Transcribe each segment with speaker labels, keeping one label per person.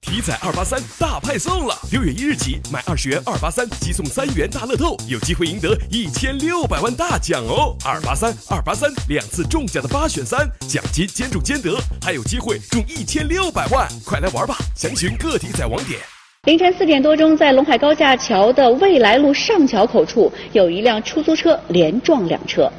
Speaker 1: 体彩二八三大派送了！六月一日起，买二十元二八三即送三元大乐透，有机会赢得一千六百万大奖哦！二八三二八三两次中奖的八选三，奖金兼中兼得，还有机会中一千六百万！快来玩吧！详询各体彩网点。
Speaker 2: 凌晨四点多钟，在陇海高架桥的未来路上桥口处，有一辆出租车连撞两车。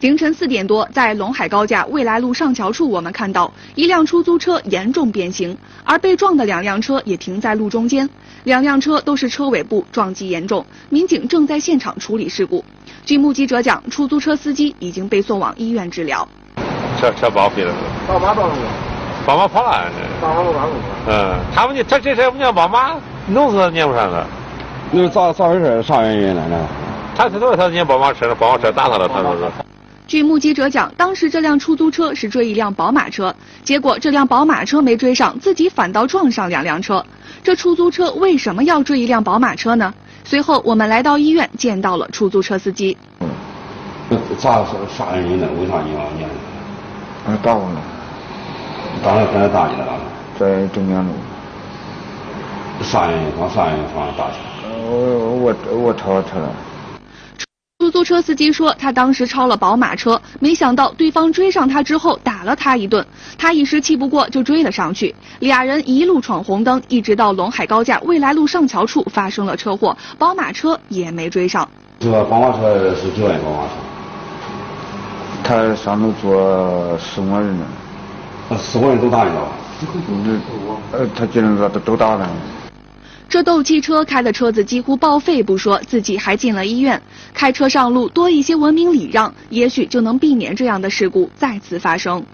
Speaker 3: 凌晨四点多，在陇海高架未来路上桥处，我们看到一辆出租车严重变形，而被撞的两辆车也停在路中间，两辆车都是车尾部撞击严重，民警正在现场处理事故。据目击者讲，出租车司机已经被送往医院治疗。
Speaker 4: 车车报废了，
Speaker 5: 宝马撞了吗？
Speaker 4: 宝马跑了，
Speaker 5: 大马路上
Speaker 4: 嗯，他们就这这车不叫宝马，弄死撵不上了。
Speaker 6: 那咋咋回事？啥原因来着？
Speaker 4: 他这都是他撵宝马车了，宝马车打他了，他说是。
Speaker 3: 据目击者讲，当时这辆出租车是追一辆宝马车，结果这辆宝马车没追上，自己反倒撞上两辆车。这出租车为什么要追一辆宝马车呢？随后我们来到医院，见到了出租车司机。
Speaker 5: 嗯
Speaker 6: 那咋是啥原因呢？为啥你要撵？
Speaker 5: 嗯，撞了，
Speaker 6: 当时在打你了？
Speaker 5: 在中间路。
Speaker 6: 啥原因？从啥原因上打你？
Speaker 5: 呃我我我超车了，
Speaker 3: 出租车司机说，他当时超了宝马车，没想到对方追上他之后打了他一顿，他一时气不过就追了上去，俩人一路闯红灯，一直到陇海高架未来路上桥处发生了车祸，宝马车也没追上。
Speaker 6: 这个宝马车是几万宝马车？
Speaker 5: 他上头坐十五个人呢，
Speaker 6: 那四啊个人都打你了吧？
Speaker 5: 这呃他进来都都打了，
Speaker 3: 这斗气车开的车子几乎报废不说，自己还进了医院。开车上路多一些文明礼让，也许就能避免这样的事故再次发生。